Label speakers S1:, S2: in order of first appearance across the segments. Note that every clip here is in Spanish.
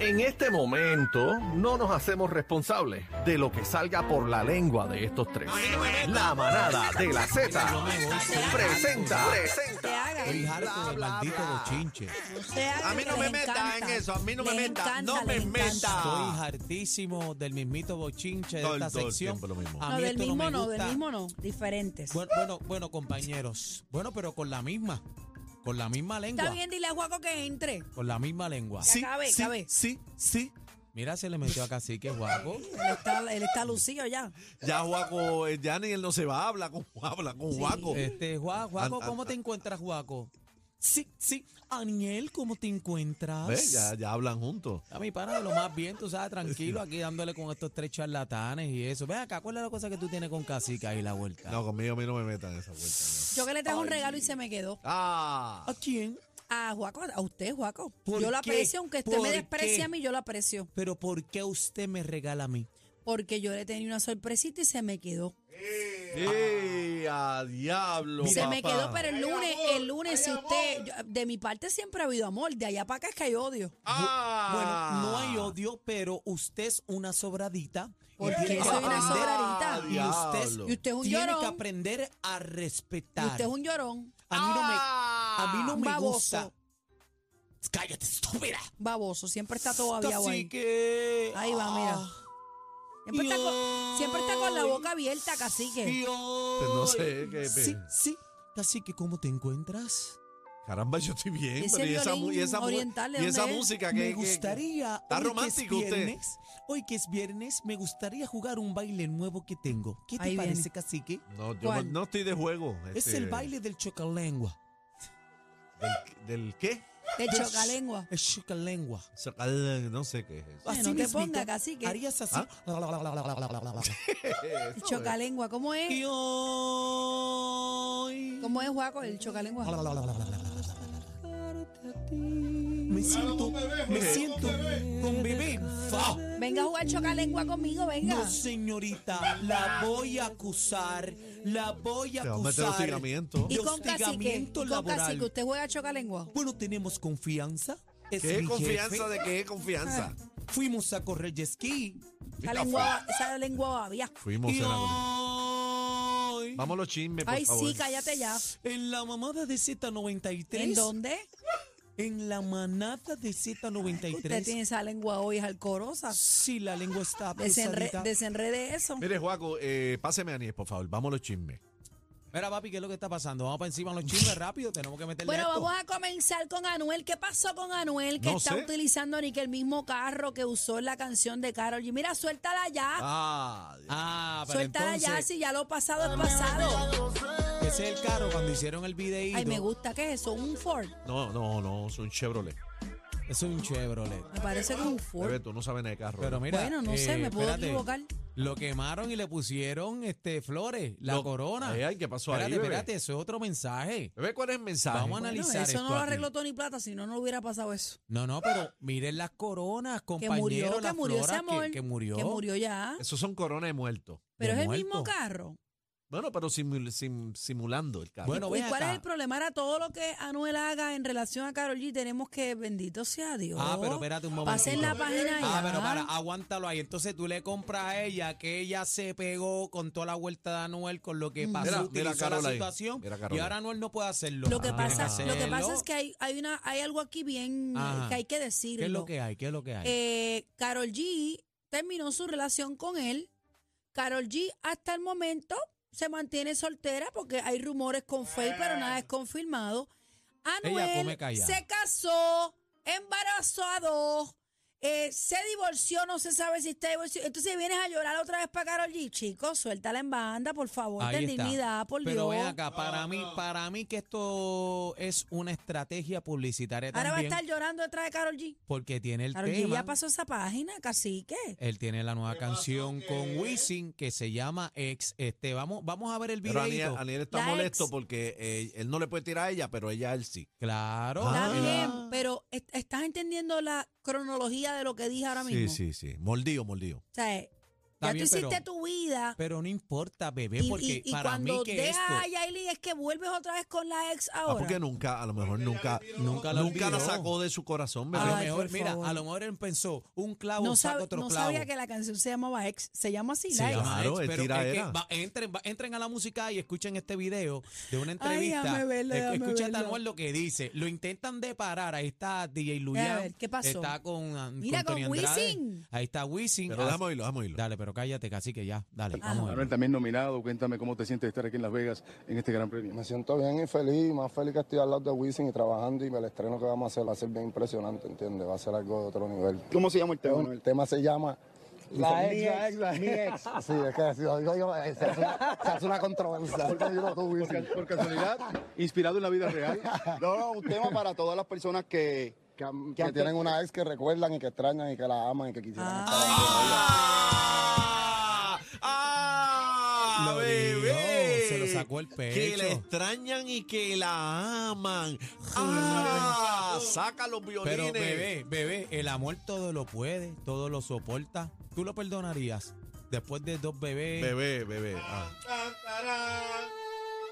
S1: En este momento no nos hacemos responsables de lo que salga por la lengua de estos tres. La manada de la Z presenta,
S2: Te
S1: presenta.
S2: hagas.
S3: Estoy harto del
S1: bla,
S3: maldito
S1: bla.
S3: bochinche.
S2: Te hagas,
S4: Ah. A mí no
S2: que
S4: me
S2: les
S4: meta en
S2: encanta.
S4: eso, a mí no me
S2: Les
S4: meta,
S2: encanta,
S4: no me
S2: les encanta.
S4: meta.
S3: Estoy
S4: Ah.
S3: hartísimo del mismito bochinche de
S4: Todo-
S3: esta
S4: todo el
S3: sección.
S4: tiempo lo mismo.
S3: A
S2: No,
S3: mí
S2: del
S3: esto
S2: mismo
S3: me
S2: no, del
S3: gusta.
S2: mismo no. Diferentes.
S3: Bueno, bueno, bueno, compañeros. Bueno, pero con la misma. Con la misma
S2: Está
S3: lengua.
S2: bien, dile a Juaco que entre.
S3: Con la misma lengua.
S2: Ya cabe,
S4: sí,
S2: cabe.
S4: sí, sí.
S3: Mira, se le metió a Cacique, guapo.
S2: Él está, él está lucido ya.
S4: Ya Juaco, eh, ya ni él no se va, habla con habla con Juaco.
S3: Este, Juá- Juaco,
S4: An-
S3: ¿cómo
S4: an-
S3: te encuentras, Juaco? Sí, sí. Aniel, ¿cómo te encuentras?
S4: ¿Ves? Ya, ya hablan juntos.
S3: A mi pana de lo más bien, tú sabes, tranquilo, aquí dándole con estos tres charlatanes y eso. Ven acá, ¿cuál es la cosa que tú tienes con Cacique ahí la vuelta?
S4: No, conmigo a mí no me metan en esa vuelta. no.
S2: Yo que le traje un regalo y se me quedó.
S4: Ah,
S3: ¿A quién?
S2: A Juaco, a usted, Juaco.
S3: ¿Por
S2: Yo lo
S3: qué?
S2: aprecio, aunque usted me
S3: ¿Por
S2: desprecie
S3: qué?
S2: a mí, yo lo aprecio.
S3: Pero ¿por qué usted me regala a mí?
S2: Porque yo le tenía una sorpresita y se me quedó.
S4: ¡Eh! a diablo.
S2: se me
S4: papá.
S2: quedó, pero el lunes, el lunes, si usted, yo- de mi parte siempre ha habido amor, de allá para acá es que hay odio.
S4: Ah.
S3: Bueno, no hay odio, pero usted es una sobradita. y
S2: ¿Por qué
S3: tiene que
S2: soy una
S3: aprender-
S2: sobradita?
S3: Y usted,
S4: Ah, diablo.
S2: Y usted es un
S3: tiene que
S2: llorón.
S3: aprender a respetar.
S2: Y usted es un llorón,
S3: A mí no me,
S4: Ah.
S3: a mí no
S2: un
S3: me
S2: baboso.
S3: gusta. Cállate, estúpida.
S2: baboso, siempre está todavía guay.
S3: que. ah,
S2: Ahí va, mira. Siempre está, con, siempre está con la boca abierta, cacique.
S4: Pues no sé, que-
S3: Sí, sí. Así que, ¿cómo te encuentras?
S4: Caramba, yo estoy bien.
S2: Ese
S4: pero y esa, mu- y
S2: violín
S4: esa, mu-
S2: oriental, ¿de
S4: y esa
S2: dónde es?
S4: música que
S3: Me
S4: que-
S3: gustaría.
S4: Está
S3: hoy que es
S4: romántico usted.
S3: viernes, Hoy que es viernes, me gustaría jugar un baile nuevo que tengo. ¿Qué te
S2: Ahí viene.
S3: parece, cacique?
S4: No, yo no,
S2: ¿Cuál?
S4: no estoy de juego.
S3: Es
S4: este,
S3: el baile del chocalengua.
S4: ¿Del, del qué?
S2: De chocalengua.
S3: El chocalengua.
S4: No sé qué es eso.
S2: no te
S3: mismito,
S2: pongas, cacique.
S3: Harías así.
S4: ¿Ah?
S2: El chocalengua, ¿cómo es?
S3: Y hoy.
S2: ¿Cómo es, Juaco, el chocalengua?
S3: Me siento, me siento con bebé. Fa.
S2: Venga a jugar chocalengua conmigo, venga.
S3: No, señorita, la voy a acusar, la voy a
S4: Te va a meter
S3: acusar.
S4: hostigamiento.
S2: Y
S3: de
S2: con cacique, y
S3: hostigamiento
S2: con
S3: laboral.
S2: cacique, ¿usted juega chocalengua?
S3: Bueno, tenemos confianza. Es
S4: ¿Qué
S3: mi
S4: confianza? ¿De
S3: jefe.
S4: qué confianza?
S3: Fuimos a correr jet ski.
S2: Esa lengua, esa lengua babia.
S4: Fuimos
S3: Y
S4: a la-
S3: hoy,
S4: Vamos a los chismes, por
S2: Ay,
S4: favor.
S2: sí, cállate ya.
S3: en la mamada de Z93.
S2: ¿En dónde?
S3: En la manada de Z93.
S2: Usted tiene esa lengua hoy jalcorosa.
S3: Sí, la lengua está
S2: Desenre,
S3: cruzadita.
S2: desenrede eso.
S4: Mire, Juaco, eh, páseme a Anies, por favor. Vamos a los chismes.
S3: Mira, papi, ¿qué es lo que está pasando? Vamos para encima los chismes rápido. Tenemos que meterle
S2: Bueno,
S3: a esto.
S2: vamos a comenzar con Anuel. ¿Qué pasó con Anuel? Que
S4: No
S2: está
S4: sé.
S2: utilizando ni que el mismo carro que usó en la canción de Karol G. Mira, suéltala ya.
S4: Ah,
S3: Ah, pero
S2: suéltala ya,
S3: entonces,
S2: si ya lo pasado es pasado.
S3: ese es el carro cuando hicieron el videíto.
S2: Ay, me gusta. ¿Qué es eso? ¿Un Ford?
S4: no, no, no, es un Chevrolet.
S3: Es un Chevrolet.
S2: Me parece que es un
S4: Bebé,
S2: Ford.
S4: tú no sabes nada de carro.
S3: Pero mira,
S2: Bueno, no sé,
S3: eh,
S2: me puedo
S3: espérate.
S2: equivocar.
S3: Lo quemaron y le pusieron este flores, la
S4: Lo-
S3: corona.
S4: Ay, ay, ¿qué pasó ahí,
S3: espérate,
S4: bebé?
S3: espérate, eso es otro mensaje.
S4: Bebé, ¿cuál es el mensaje?
S3: Vamos a
S2: Bueno,
S3: analizar
S2: eso no
S3: esto
S2: lo
S3: aquí.
S2: arregló Tony Plata, si no, no hubiera pasado eso.
S3: No, no, pero miren las coronas,
S2: Que
S3: compañero,
S2: murió, que
S3: las
S2: murió ese
S3: floras que-
S2: amor.
S3: que, murió.
S2: Que murió ya.
S4: Esos son coronas de muertos.
S2: Pero
S3: de
S2: es el mismo
S3: muerto.
S2: carro.
S4: Bueno, pero simul- sim- simulando el carro.
S3: Bueno,
S2: ¿Y
S3: ven
S2: cuál
S3: acá.
S2: es el problema? Era todo lo que Anuel haga en relación a Karol G. Tenemos que, bendito sea Dios.
S3: Ah, pero espérate un momento.
S2: Pasen la página ya.
S3: Ah, pero para, aguántalo ahí. Entonces tú le compras a ella que ella se pegó con toda la vuelta de Anuel, con lo que pasó,
S4: Mira, mira
S3: utilizó
S4: Carol
S3: la
S4: ahí.
S3: situación.
S4: Mira, Carol
S3: y
S4: ahí.
S3: ahora Anuel no puede hacerlo.
S2: Lo que,
S3: Ah,
S2: pasa,
S3: tiene
S2: lo que pasa
S3: hacerlo.
S2: es que hay, hay, una, hay algo aquí bien eh,
S3: Ajá.
S2: que hay que decirlo.
S3: ¿Qué es lo que hay? ¿Qué es lo que hay?
S2: Eh, Karol G terminó su relación con él. Carol G hasta el momento se mantiene soltera porque hay rumores con fake, pero nada es confirmado.
S3: come
S2: Anuel
S3: callada.
S2: se casó, embarazó a dos, eh, se divorció, no se sabe si está divorciado. Entonces vienes a llorar otra vez para Carol G. Chicos, suéltala en banda, por favor,
S3: Ahí
S2: ten
S3: está.
S2: dignidad, por
S3: Pero ven
S2: Dios.
S3: acá, para mí, para mí que esto es una estrategia publicitaria
S2: Ahora va a
S3: también,
S2: estar llorando detrás de Carol G.
S3: porque tiene el
S2: Carol G
S3: tema.
S2: ya pasó esa página, cacique.
S3: Él tiene la nueva canción con Wisin que se llama Ex. Este, vamos, vamos a ver el
S4: Pero Aniel,
S3: videito.
S4: Aniel está
S2: La ex.
S4: molesto porque eh, él no le puede tirar a ella, pero ella a él sí.
S3: Claro.
S2: Está
S4: Ah.
S2: bien, pero est- estás entendiendo la cronología de lo que dije ahora mismo.
S4: Sí, sí, sí. Mordido, mordido.
S2: O sea,
S3: Está
S2: Ya
S3: bien,
S2: tú hiciste
S3: pero-
S2: tu vida.
S3: Pero no importa, bebé,
S2: Y,
S3: porque
S2: y- y
S3: para mí
S2: cuando
S3: que esto...
S2: dejas a Yailin es que vuelves otra vez con la ex
S4: Ah,
S2: ahora.
S4: porque nunca, a lo mejor nunca,
S3: Nunca
S4: nunca,
S3: la
S4: la
S3: olvidó.
S4: sacó de su corazón,
S3: A
S4: bebé.
S3: lo
S2: Ay,
S3: mejor,
S2: por
S3: mira,
S2: favor.
S3: a lo mejor él pensó, un clavo
S2: no
S3: saca
S2: sab-
S3: otro
S2: no
S3: clavo.
S2: sabía que la canción se llamaba ex. Se llama así,
S3: Se
S2: la ex.
S3: llama
S4: Claro,
S3: Ex,
S4: es
S3: pero es que
S4: tiraera.
S3: va- entren, va- entren a la música y escuchen este video de una
S2: Ay,
S3: entrevista.
S2: déjame verlo,
S3: Esc-
S2: déjame
S3: Escuchen
S2: verlo.
S3: a este Anuel lo que dice. Lo intentan de parar. Ahí está DJ
S2: A
S3: Luyan.
S2: ver, ¿qué pasó?
S3: Está con, ah,
S2: Mira,
S3: Tony
S2: con
S3: Andrade.
S2: Wisin.
S3: Ahí está Wisin.
S4: Pero
S3: Ah,
S4: déjame oírlo, déjame oírlo.
S3: Dale, pero cállate, casi que ya. Dale,
S4: Ah,
S2: Ajá.
S3: vamos a
S5: Manuel,
S3: ver.
S5: también nominado. Cuéntame cómo te sientes de estar aquí en Las Vegas en este gran premio.
S6: Me siento bien y feliz, más feliz que estoy al lado de Wisin y trabajando y el estreno que vamos a hacer va a ser bien impresionante, ¿entiendes? Va a ser algo de otro nivel.
S5: ¿Cómo se llama el tema,
S6: Bueno,
S5: Manuel?
S6: el tema se llama...
S7: La ex, la ex, la ex.
S6: Sí, es que si lo digo yo, eh, se hace una, se hace una controversia. Dilo tú,
S5: Por,
S6: Wisin.
S5: ca- por casualidad, inspirado en la vida real. No, no, un tema para todas las personas que...
S6: Que, han-
S5: Que
S6: que
S5: han-
S6: tienen una ex que recuerdan y que extrañan y que la aman y que quisieran
S2: Ah.
S6: estar.
S4: ¡Ah! ¡Ah!
S3: Lo
S4: ¡Bebé!
S3: dio, se lo sacó el
S4: Que
S3: pecho.
S4: la extrañan y que la aman. ¡Ah! Saca los violines.
S3: Pero bebé, bebé, el amor todo lo puede, todo lo soporta. ¿Tú lo perdonarías? Después de dos bebés.
S4: Bebé, bebé. ah.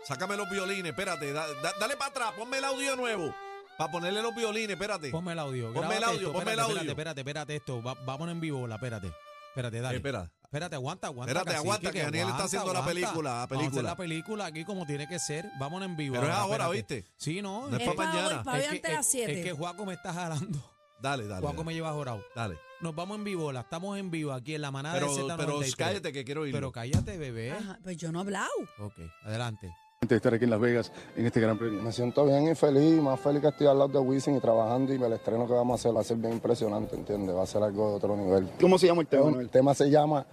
S4: Sácame los violines, espérate. da- da- dale para atrás, ponme el audio de nuevo. Para ponerle los violines, espérate.
S3: Ponme el audio.
S4: Ponme el
S3: grábate
S4: audio,
S3: esto,
S4: ponme el
S3: espérate,
S4: audio.
S3: Espérate, espérate, espérate esto. Va, vámonos en vivo, la, espérate. Espérate, dale.
S4: Eh, espera.
S3: Espérate, aguanta, aguanta.
S4: Espérate,
S3: cacique,
S4: aguanta, que Daniel está
S3: aguanta,
S4: haciendo la
S3: aguanta.
S4: película, la
S3: Vamos a hacer
S4: película.
S3: la película aquí como tiene que ser. Vámonos en vivo.
S4: Pero es ahora,
S3: espérate.
S4: ¿viste?
S3: Sí, no.
S4: No es
S3: es
S2: Es
S4: pa'
S2: para hoy,
S4: mañana.
S2: para hoy antes
S3: que,
S2: de las
S3: es, es
S2: 7.
S3: que Juaco me está jalando.
S4: Dale, dale.
S3: Juaco me
S4: dale.
S3: lleva jorado.
S4: Dale.
S3: Nos vamos en vivo, la estamos en vivo aquí en la
S2: Ah,
S3: manada
S4: Pero,
S3: de Z93.
S4: pero cállate que quiero
S3: Pero
S4: oírlo.
S3: cállate, bebé.
S2: Ajá, pues yo no he hablado.
S3: Ok, adelante.
S5: De estar aquí en Las Vegas en este gran premio.
S6: Me siento bien y feliz, más feliz que estoy al lado de Wisin y trabajando y el estreno que vamos a hacer va a ser bien impresionante, ¿entiendes? Va a ser algo de otro nivel.
S5: ¿Cómo se llama el tema,
S6: Bueno,
S5: Manuel?
S6: el tema se llama...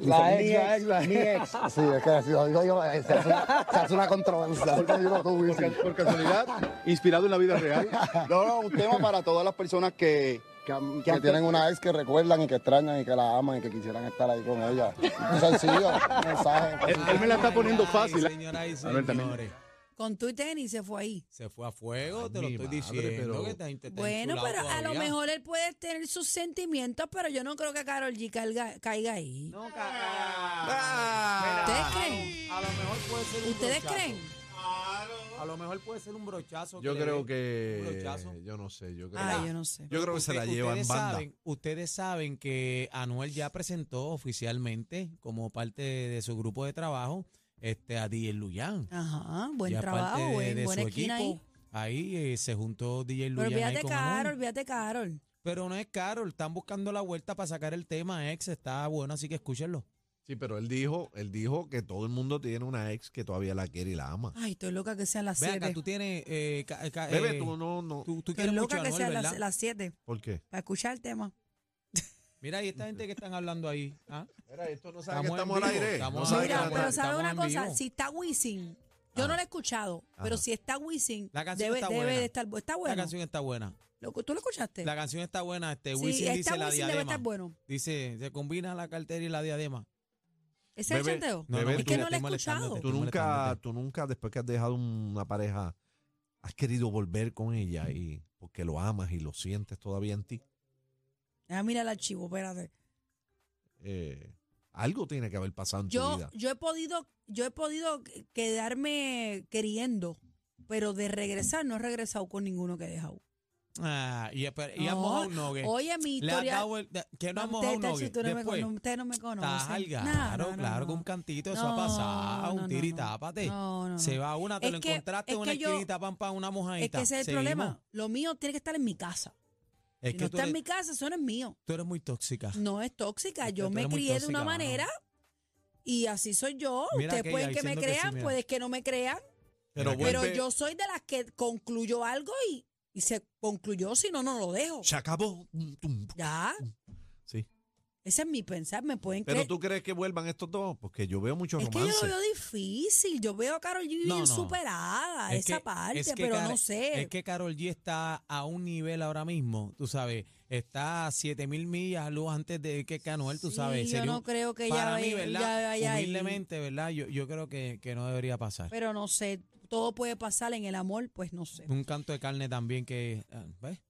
S7: La ex, la ex, la ex.
S6: Sí, es que si lo digo yo, eh, se hace una, se hace una controversia. Dilo tú,
S5: Por,
S6: Wisin.
S5: ca- por casualidad, inspirado en la vida real. No, no, un tema para todas las personas que...
S6: que, han-
S5: que
S6: que
S5: han-
S6: tienen una ex que recuerdan y que extrañan y que la aman y que quisieran estar ahí con ella. Un sencillo, un mensaje.
S5: Él, él me la está poniendo
S3: Ay,
S5: fácil. ¿eh?
S3: Señoras y
S5: Manuel, también.
S3: señores.
S2: Con tu y tenis se fue ahí.
S3: Se fue a fuego, te lo
S4: mi
S3: estoy
S4: madre,
S3: diciendo.
S4: pero-
S3: que está- está
S2: Bueno,
S3: enchulado
S2: pero a lo
S3: todavía.
S2: mejor él puede tener sus sentimientos, pero yo no creo que Carol G caiga, caiga ahí.
S4: Ah.
S2: ¿Ustedes creen?
S3: A lo mejor puede ser un
S2: ¿Ustedes
S3: brochazo.
S2: creen?
S3: A lo mejor puede ser un brochazo.
S4: Yo
S3: le
S4: creo
S3: dé un
S4: que.
S3: brochazo.
S4: Yo no sé. Yo creo,
S2: Ah, yo no sé.
S4: yo creo que se la
S3: Usted-
S4: lleva en
S3: ustedes
S4: banda.
S3: Saben, ustedes saben que Anuel ya presentó oficialmente como parte de su grupo de trabajo este, a DJ Luyan.
S2: Ajá, buen
S3: Ya es
S2: trabajo,
S3: parte de-
S2: buen-
S3: de
S2: buena
S3: su
S2: esquina
S3: equipo. Ahí eh, se juntó DJ
S2: ahí. Pero
S3: Luyan ahí
S2: olvídate
S3: con
S2: Carol,
S3: Anuel.
S2: olvídate Carol.
S3: Pero no es Carol, están buscando la vuelta para sacar el tema ex, está bueno, así que escúchenlo.
S4: Sí, pero él dijo, él dijo que todo el mundo tiene una ex que todavía la quiere y la ama.
S2: Ay, estoy loca que sean las
S3: Ve acá,
S2: 7.
S3: tú tienes... eh, ca- ca-
S4: Bebé,
S3: eh,
S4: tú no, no.
S3: tú- tú
S2: Estoy
S3: quieres mucho
S2: loca
S3: a
S2: que
S3: Anuel,
S2: sean
S3: ¿verdad?
S2: las- las 7
S4: ¿Por qué?
S2: para escuchar el tema.
S3: Mira, y esta gente que están hablando ahí. ¿ah?
S4: Mira, esto no
S3: sabe que estamos al aire. No sabe
S2: Mira,
S3: que
S2: pero
S3: estamos-
S2: ¿sabes una
S3: estamos en
S2: cosa?
S3: vivo.
S2: Si está Wisin, yo no
S4: Ajá.
S2: lo he escuchado, pero
S4: Ajá.
S2: si está Wisin,
S3: La canción
S2: debe,
S3: está
S2: debe
S3: buena.
S2: de estar bu- Está
S3: La
S2: bueno.
S3: canción está buena.
S2: Lo- ¿Tú lo escuchaste?
S3: La canción está buena. Este
S2: sí,
S3: Wisin
S2: está
S3: dice la
S2: Wisin, debe estar
S3: diadema.
S2: bueno.
S3: Dice, se combina la cartera y la diadema.
S2: ¿Ese es el
S4: Bebé,
S2: chanteo?
S4: Bebé,
S2: Es que no la he
S3: estoy molestándote,
S2: escuchado.
S4: Tú
S3: estoy
S4: nunca,
S3: molestándote.
S4: tú nunca, después que has dejado una pareja, has querido volver con ella y porque lo amas y lo sientes todavía en ti.
S2: Ah, mira el archivo, espérate.
S4: Eh, algo tiene que haber pasado en tu
S2: Yo,
S4: vida.
S2: yo he podido, yo he podido qu- quedarme queriendo, pero de regresar no he regresado con ninguno que he dejado.
S3: Ah, y, esper- y has
S2: No,
S3: mojado un nogue.
S2: Oye, mi
S3: Le has
S2: historia.
S3: dado el- que no has
S2: No,
S3: mojado
S2: ustedes
S3: un
S2: están-
S3: nogue.
S2: tú no me
S3: Después,
S2: cono- ustedes no me conocen.
S3: Estás al
S2: Nah,
S3: garo,
S2: no, no,
S3: claro,
S2: no.
S3: con un cantito, eso ha
S2: No,
S3: pasado.
S2: no,
S3: un tiro y
S2: no.
S3: tápate.
S2: No, no,
S3: Se
S2: no.
S3: va una, te
S2: Es
S3: lo
S2: que-
S3: encontraste
S2: es
S3: en una
S2: que yo-
S3: esquinita, pam, pam, una mojadita.
S2: Es que ese es el
S3: Seguimos.
S2: problema. Lo mío tiene que estar en mi casa.
S3: Es
S2: si
S3: que
S2: no
S3: tú
S2: está en mi
S3: eres,
S2: casa, eso no es mío.
S3: tú eres muy tóxica.
S2: No es tóxica.
S3: Es que
S2: Yo
S3: tú
S2: me
S3: eres muy
S2: crié de
S3: tóxica,
S2: una
S3: mano.
S2: manera y así soy yo.
S3: Mira
S2: Ustedes
S3: aquella
S2: pueden que me
S3: diciendo que sí,
S2: crean,
S3: mira.
S2: pueden que no me crean,
S4: Pero
S3: Mira que-
S2: pero
S4: Vuelve-
S2: yo soy de las que concluyo algo y, y se concluyó, si no, no lo dejo.
S4: Se acabó. Mm, tum.
S2: Ya.
S4: Sí.
S2: Ese es mi pensar, me pueden
S4: Pero
S2: creer.
S4: tú crees que vuelvan estos dos, porque yo veo muchos
S2: es que yo
S4: romances.
S2: lo veo difícil. Yo veo a Carol G bien
S3: No, no.
S2: superada,
S3: Es
S2: esa
S3: que-
S2: parte,
S3: es que
S2: pero
S3: Kar-
S2: no sé.
S3: Es que Carol G está a un nivel ahora mismo, tú sabes, está a 7000 millas a luz antes de que que Anuel, tú
S2: Sí,
S3: sabes.
S2: yo
S3: sería
S2: no
S3: un-
S2: creo que ella
S3: para mí,
S2: vaya-
S3: ¿verdad?
S2: ella vaya ahí. Pues
S3: Humildemente, ¿verdad? Yo, yo creo que, que no debería pasar.
S2: Pero no sé, todo puede pasar en el amor, pues no sé.
S3: Un canto de carne también que. ah, ¿Ves?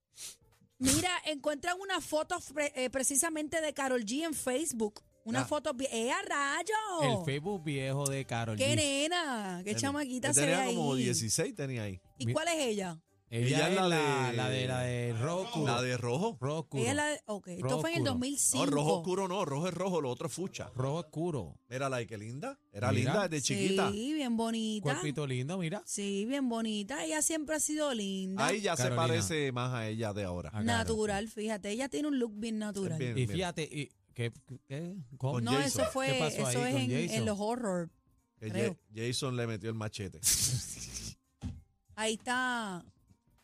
S2: Mira, encuentran una foto fre- eh, precisamente de Carol G en Facebook Una
S4: Ah.
S2: foto. vie- ¡Eh, a
S3: El
S2: rayo!
S3: Facebook viejo de Carol
S2: ¡Qué
S3: G.
S2: nena! ¡Qué
S4: Tenía-
S2: chamaquita se ve
S4: Tenía como
S2: ahí!
S4: 16, tenía ahí.
S2: ¿Y cuál es ella?
S3: Ella,
S4: Ella
S3: es
S4: es la
S3: la, la de
S4: de-
S3: la de Roku.
S4: La de rojo.
S3: Rojo oscuro.
S2: Ella es la, ok, esto fue en
S3: Rojo oscuro.
S2: el 2005.
S4: No, rojo oscuro no, rojo es rojo, lo otro es fucha.
S3: Rojo oscuro.
S4: Mira la que linda. Era
S3: Mira.
S4: linda desde chiquita.
S2: Sí, bien bonita.
S3: Cuerpito lindo, mira.
S2: Sí, bien bonita. Ella siempre ha sido linda.
S4: Ahí ya
S3: Carolina.
S4: se parece más a ella de ahora.
S3: Ah,
S2: natural, fíjate. Ella tiene un look bien natural.
S4: Bien,
S3: Y
S4: mira.
S3: fíjate, y, ¿qué, qué, cómo?
S4: Con
S2: no,
S4: Jason.
S2: eso fue,
S3: ¿Qué pasó ahí
S2: eso es
S3: con
S2: en, en
S3: Jason?
S2: los horror.
S4: Que
S2: creo.
S4: Ja- Jason le metió el machete.
S2: Ahí está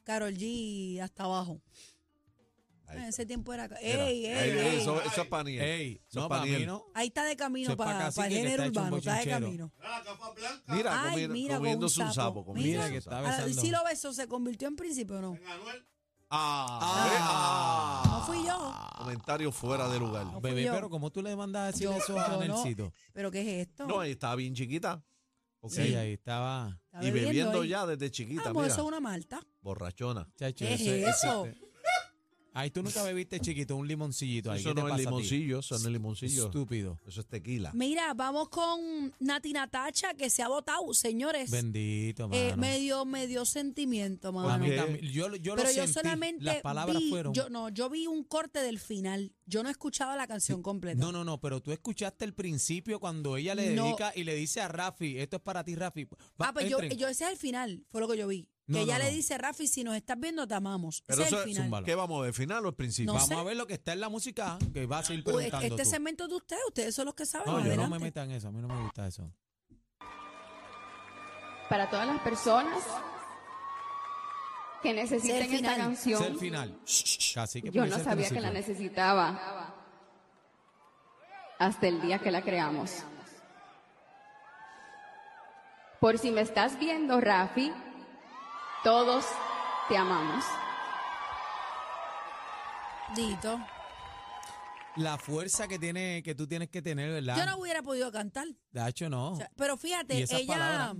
S2: Carol G hasta abajo.
S4: Ahí
S2: En
S4: está.
S2: ese tiempo era.
S4: Mira, ahí-
S2: ¡Ey, ey, ey!
S4: Eso, eso es para Niel.
S2: eh,
S3: Ey,
S4: Eso
S3: no,
S4: es pa'
S3: para mí
S4: Niel.
S3: no.
S2: Ahí está de
S3: Eso
S2: camino
S3: es pa'
S2: para
S3: cacique, que
S2: género
S3: está hecho un
S2: urbano, está de
S3: bochinchero.
S2: camino.
S4: Mira,
S2: Ay,
S4: comi-
S2: mira, con
S4: comiéndose
S2: un
S4: un
S2: sapo.
S4: sapo. comiéndose
S2: Mira
S3: Mira
S4: un
S3: que
S4: sapo.
S3: está
S2: Ah,
S3: besando.
S2: Sí lo besó, se convirtió en príncipe o no.
S4: Ah,
S2: Ah.
S4: ve- ah.
S2: No fui yo.
S4: Comentario fuera de lugar.
S2: No fui
S3: Bebé,
S2: yo.
S3: pero ¿cómo tú le mandas a decir
S2: Yo-
S3: eso a
S2: yo no.
S3: Nelsito?
S2: ¿Pero qué es esto?
S4: No, ahí estaba bien chiquita.
S3: Ok,
S2: Sí.
S3: ahí estaba.
S2: Está
S4: Y bebiendo
S2: ahí.
S4: ya desde chiquita,
S2: Vamos,
S4: mira.
S2: eso es una malta.
S4: Borrachona.
S3: Chacho,
S2: ¿Qué
S3: ese-
S2: es eso?
S3: Ay, tú nunca bebiste chiquito un limoncillito ahí.
S4: Eso
S3: ¿Qué te
S4: no es
S3: pasa a ti?
S4: limoncillo, eso no es limoncillo.
S3: Estúpido.
S4: Eso es tequila.
S2: Mira, vamos con Nati Natacha, que se ha votado, señores.
S3: Bendito, mano.
S2: Eh, me, dio, me dio sentimiento,
S3: A
S2: mano.
S3: mí
S4: Ok.
S3: también. Yo, yo lo
S2: Pero yo
S3: sentí.
S2: solamente
S3: Las palabras
S2: vi,
S3: fueron.
S2: yo no, yo vi un corte del final. Yo no he escuchado la canción completa.
S3: No, no, no, pero tú escuchaste el principio cuando ella le
S2: No.
S3: dedica y le dice a Rafi, esto es para ti, Rafi. Va,
S2: ah, pues yo,
S3: entren.
S2: yo ese es el final, fue lo que yo vi.
S3: No,
S2: que
S3: no,
S2: ella le
S3: no.
S2: dice, Rafi, si nos estás viendo, te amamos.
S4: Pero
S2: ese
S4: eso
S2: es el
S4: es-
S2: final.
S3: zúmbalo.
S4: ¿Qué vamos, del final o el principio?
S2: No
S3: Vamos
S2: sé.
S3: a ver lo que está en la música, que vas a ir
S2: Pues,
S3: preguntando
S2: este
S3: tú.
S2: segmento es de ustedes, ustedes son los que saben.
S3: No, yo no me
S2: adelante.
S3: meto en eso, a mí no me gusta eso.
S8: para todas las personas que
S2: Ser
S8: necesiten esta
S2: final.
S3: Es
S8: canción.
S3: el final. Casi que
S8: Yo no sabía que la necesitaba hasta el día que la creamos. Por si me estás viendo, Rafi, todos te amamos.
S2: Dito.
S3: La fuerza que tiene, que tú tienes que tener, ¿verdad?
S2: Yo no hubiera podido cantar.
S3: Dacho, no.
S2: O sea, pero
S3: Y
S2: fíjate,
S3: esas
S2: ella,
S3: palabras.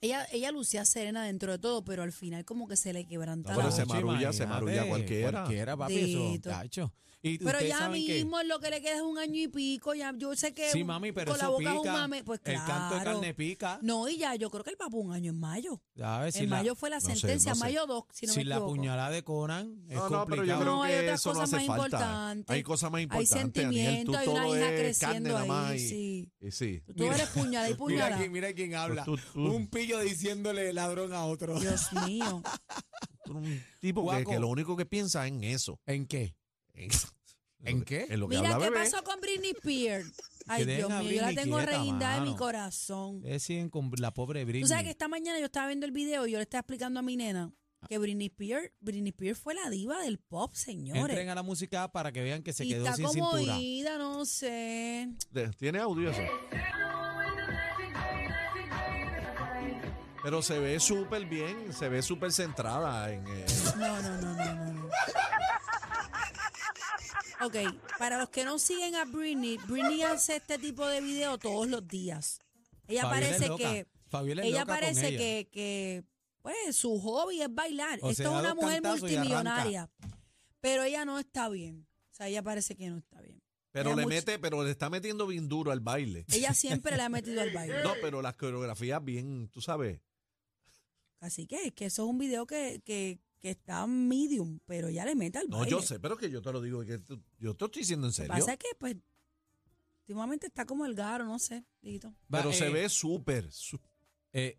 S2: ella, ella lucía serena dentro de todo, pero al final como que se le quebranta
S4: No,
S2: la
S4: pero
S2: voz.
S4: se marulla, se
S3: Imagínate,
S4: marulla cualquiera.
S3: Cualquiera, papi, eso,
S2: Dito.
S3: Dacho. Y
S2: Pero
S3: ustedes
S2: ya
S3: saben que-
S2: mismo lo que le queda es un año y pico. Ya, yo sé que
S3: Sí,
S2: un-
S3: mami, pero
S2: con la
S3: eso
S2: boca es un
S3: pica.
S2: mame. Pues
S3: El
S2: claro.
S3: canto de carne pica.
S2: No, y ya, yo creo que el papá un año en mayo.
S3: ¿Sabes? Si
S2: en
S3: la-
S2: mayo fue la
S4: no sé,
S2: sentencia,
S4: no sé.
S2: mayo 2, si no me
S3: si la
S2: equivoco.
S3: puñalada de Conan es
S4: No, no, pero yo
S3: complicado.
S4: creo
S2: No, hay
S4: que
S2: otras
S4: eso no
S2: cosas
S4: hace
S2: más
S4: falta.
S2: importantes.
S4: Hay cosas más
S2: Hay
S4: importantes. Daniel,
S2: sentimiento,
S4: tú
S2: hay una
S4: todo
S2: hija
S4: es carne
S2: creciendo
S4: nada
S2: ahí.
S4: más. Y,
S2: sí.
S4: y Eh, sí.
S2: Tú eres puñalada y
S3: Mira
S2: puñalada.
S3: quién, mira quién habla.
S4: Tú- tú-
S3: Un pillo diciéndole ladrón a otro.
S2: Dios mío.
S4: Tú eres un tipo que,
S3: Guaco.
S4: que lo único que piensa es en eso.
S3: ¿En qué?
S4: En,
S3: ¿En qué?
S4: En lo que
S2: Mira,
S4: habla
S2: ¿qué
S4: bebé.
S2: pasó con Britney Spears? Ay,
S3: Que dejen
S2: Dios
S3: a
S2: mío, yo la
S3: Britney
S2: tengo
S3: quieta,
S2: reguindada en mi
S3: mano.
S2: corazón.
S3: Ustedes siguen con la pobre Britney.
S2: Tú sabes que esta mañana yo estaba viendo el video y yo le estaba explicando a mi nena
S3: Ah.
S2: que Britney Spears, Britney Spears fue la diva del pop, señores.
S3: Entren a la música para que vean que se
S2: y
S3: quedó
S2: está
S3: sin
S2: como
S3: cintura.
S2: ida, no sé.
S4: De- Tiene audio eso. Pero se ve súper bien, se ve súper centrada en... eh,
S2: No, no, no, no, no, no. Ok, para los que no siguen a Britney, Britney hace este tipo de video todos los días. Ella
S3: Fabiola es
S2: parece
S3: loca.
S2: que
S3: Fabiola es
S2: ella
S3: loca con
S2: parece
S3: ella.
S2: que, que, pues su hobby es bailar.
S3: O
S2: Esto
S3: sea,
S2: es
S3: da
S2: una
S3: dos
S2: mujer
S3: cantazos y arranca.
S2: multimillonaria. Pero ella no está bien. O sea, ella parece que no está bien.
S4: pero
S2: Ella
S4: le
S2: mucho-
S4: mete, pero le está metiendo bien duro al baile.
S2: Ella siempre le ha metido al baile.
S4: No, pero las coreografías bien, tú sabes.
S2: Así que es que eso es un video que, que, que está medium, pero ella le mete al
S4: No,
S2: baile.
S4: yo sé, pero que yo te lo digo, que tú- yo te lo estoy diciendo en
S2: Lo que
S4: serio.
S2: pasa es que, pues, últimamente está como el garo, no sé, Dito.
S3: Va,
S4: Pero se
S3: eh,
S4: ve súper, su-
S3: eh,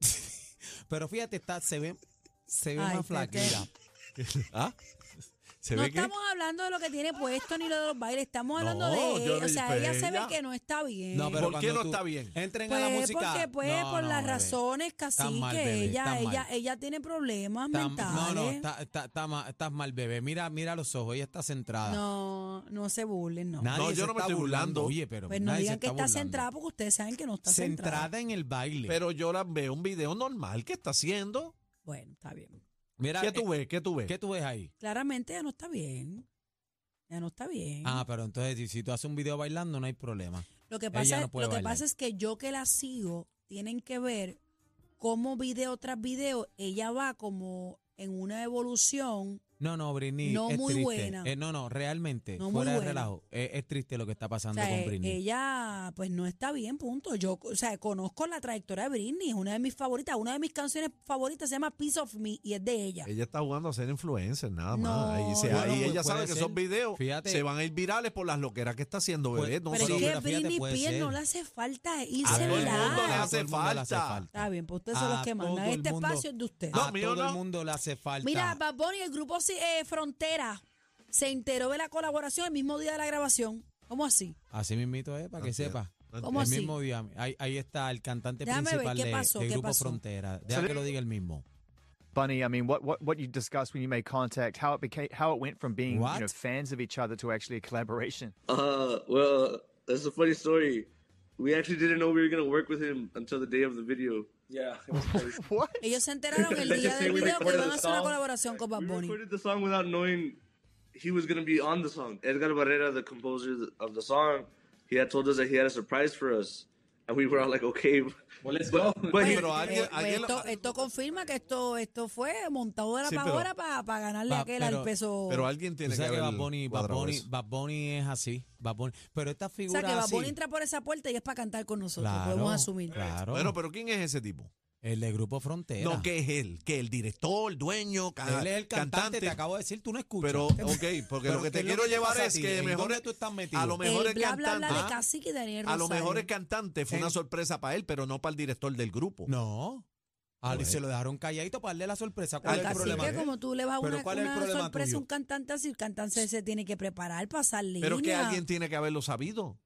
S3: pero fíjate, está, se ve, se ve
S2: Ay,
S3: más
S2: Pepe.
S3: flaquita.
S4: ¿Ah? ¿Se
S2: No
S4: ve
S2: estamos hablando de lo que tiene puesto ni lo de los bailes, estamos hablando
S4: No,
S2: de
S4: yo
S2: o
S4: no-
S2: sea,
S4: pues
S2: ella se ve
S4: ella-
S2: que no está bien.
S3: No, pero
S4: ¿Por qué
S3: cuando
S4: no
S3: tú-
S4: está bien?
S3: Entren a la
S2: pues
S3: música.
S2: porque pues
S3: No,
S2: por
S3: no,
S2: las
S3: bebé.
S2: razones
S3: Estás
S2: casi
S3: mal,
S2: que
S3: bebé,
S2: ella,
S3: estás mal.
S2: ella, ella tiene problemas
S3: Está-
S2: mentales.
S3: no, no, está- está- está ma- estás mal, bebé. Mira, mira los ojos, ella está centrada.
S2: no, no se burlen, no.
S3: Nadie
S4: No,
S3: se
S4: yo no me
S3: está
S4: estoy burlando.
S3: Oye, pero
S2: pues no
S3: nadie se
S2: digan que está
S3: burlando.
S2: centrada porque ustedes saben que no está centrada.
S3: centrada. en el baile.
S4: Pero yo la veo un video normal que está haciendo.
S2: Bueno, está bien.
S3: Mira,
S4: ¿Qué tú
S3: eh,
S4: ves? ¿Qué tú ves?
S3: ¿qué tú ves ahí?
S2: Claramente ella no está bien. Ella no está bien.
S3: Ah, pero entonces si- si tú haces un video bailando no hay problema.
S2: Lo que
S3: Ella
S2: pasa,
S3: no puede
S2: lo que
S3: bailar.
S2: pasa es que yo que la sigo, tienen que ver cómo video tras video ella va como en una evolución
S3: No, no, Britney.
S2: No
S3: es
S2: muy
S3: triste.
S2: buena.
S3: Eh, no, no, realmente.
S2: No muy
S3: fuera de
S2: buena.
S3: relajo. eh, Es, triste lo que está
S2: O
S3: pasando
S2: sea,
S3: con
S2: eh,
S3: Britney.
S2: ella pues no está bien, punto. Yo, o sea, conozco la trayectoria de Britney, es una de mis favoritas, una de mis canciones favoritas se llama Piece of Me y es de ella.
S4: Ella está jugando a ser influencer, nada
S2: No, pues
S4: más. Ahí, se-
S2: no,
S4: ahí
S3: no,
S4: ella
S3: puede
S4: sabe que
S3: ser.
S4: esos videos
S3: Fíjate.
S4: se van a ir virales por las loqueras que está haciendo
S3: Pues-
S4: bebé. No
S2: Pero es
S4: solo-
S3: sí,
S2: que
S3: pero fíjate,
S2: Britney
S3: puede
S2: Spears
S3: ser.
S2: no le hace falta
S4: todo
S2: irse
S4: el mundo le
S2: viral.
S4: hace falta.
S2: Está bien, pues ustedes son
S3: A
S2: los que mandan.
S3: todo el
S2: Este
S3: mundo-
S2: espacio es de usted.
S4: No,
S3: a
S4: mío
S3: todo
S4: no.
S3: el mundo le hace falta.
S2: Mira, Bad Bunny, el grupo eh, Frontera se enteró de la colaboración el mismo día de la grabación. ¿Cómo así?
S3: Así mismito es, para
S4: No
S3: que
S4: entiendo,
S3: sepa.
S4: no
S2: ¿Cómo
S3: el
S2: así?
S3: mismo día. Ahí, ahí está el cantante
S2: Déjame ver,
S3: principal
S2: ¿qué
S3: de,
S2: pasó?
S3: del
S2: ¿Qué
S3: grupo
S2: pasó?
S3: Frontera. Deja que lo diga el mismo.
S9: Bunny, I mean, what, what, what you discussed when you made contact, how it became, how it went from being you know,
S3: What?
S9: fans of each other to actually a collaboration.
S10: Uh, well, that's a funny story. We actually didn't know we were gonna work with him until the day of the video. Yeah, it was crazy.
S9: What?
S2: Ellos se enteraron el día del video que iban a hacer una colaboración con Bad
S10: we
S2: Bunny.
S10: recorded the song without knowing he was gonna be on the song. Edgar Barrera, the composer of the song, he had told us that he had a surprise for us, and we were all like, "Okay, well, let's go." But,
S4: Oye,
S10: he-
S4: pero
S2: Oye,
S4: alguien-
S2: eh,
S4: alguien lo-
S2: esto, esto confirma que esto esto fue montado de la
S4: Sí, pero-
S2: pagora para ganarle
S3: Pa-
S2: a aquel
S3: pero-
S2: al peso.
S4: Pero alguien
S3: Tú
S4: tiene que
S3: sabes que
S4: haber
S3: Bad Bunny, Bad
S4: cuadrado
S3: Bunny-
S4: eso.
S3: Bad Bunny es así. Bad Bunny. Pero esta
S2: o
S3: figura
S2: sea, que Bad
S3: así,
S2: Bunny entra por esa puerta y es para cantar con nosotros,
S3: claro,
S2: podemos asumir.
S3: Claro.
S4: Bueno, pero ¿quién es ese tipo?
S3: el de Grupo Frontera.
S4: No, que es él, que el director, el dueño, ca-
S3: Él es el cantante, te acabo de decir, tú no escuchas.
S4: Pero, ok, porque
S3: Pero
S4: lo que
S3: ¿qué
S4: te
S3: es lo
S4: quiero
S3: que te
S4: llevar
S3: pasa a
S4: es
S3: ti?
S4: que
S3: ¿En
S4: mejor
S3: dónde
S4: es-
S3: tú estás metido?
S4: a lo mejor
S2: El
S4: el
S2: Eh, bla, bla, bla de
S4: cantante, ¿ah?
S2: Cacique y Daniel
S4: a lo
S2: Rosario.
S4: mejor el cantante fue
S3: En-
S4: una sorpresa para él, pero no para el director del grupo.
S3: No. Ah,
S4: Bueno.
S3: Se lo dejaron calladito para darle la sorpresa. ¿Cuál es
S2: Al
S3: el
S4: Cacique
S3: problema?
S2: cacique, como tú le vas a
S3: Pero
S2: una,
S3: ¿cuál es el
S2: una
S3: problema
S2: sorpresa
S3: tuyo?
S2: a un cantante así, el cantante se tiene que preparar, pasar línea.
S4: Pero es que alguien tiene que haberlo sabido.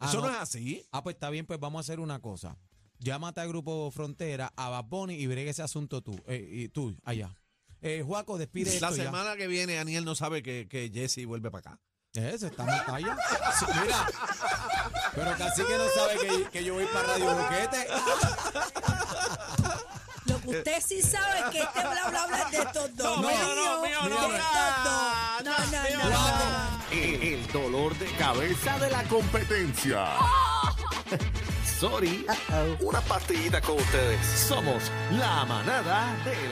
S3: Ah,
S4: Eso no,
S3: no.
S4: es así.
S3: Ah, pues está bien, pues vamos a hacer una cosa. Llámate al Grupo Frontera, a Bad Bunny y brega ese asunto tú. eh, y tú, allá. Eh, Juaco, despide
S4: La
S3: esto ya.
S4: semana que viene, Daniel no sabe que, que Jesse vuelve para acá.
S3: Eso, Eh, está más allá. Sí, Mira, pero casi que no sabe que, que yo voy para Radio Boquete.
S2: Lo que usted sí sabe es que este bla bla bla es de estos dos.
S4: No,
S2: mío,
S4: mío, no, mío, no, Ah,
S2: de estos dos. No, no, no, no.
S1: El, el dolor de cabeza de la competencia. Sorry. Una pastillita con ustedes. Somos la manada de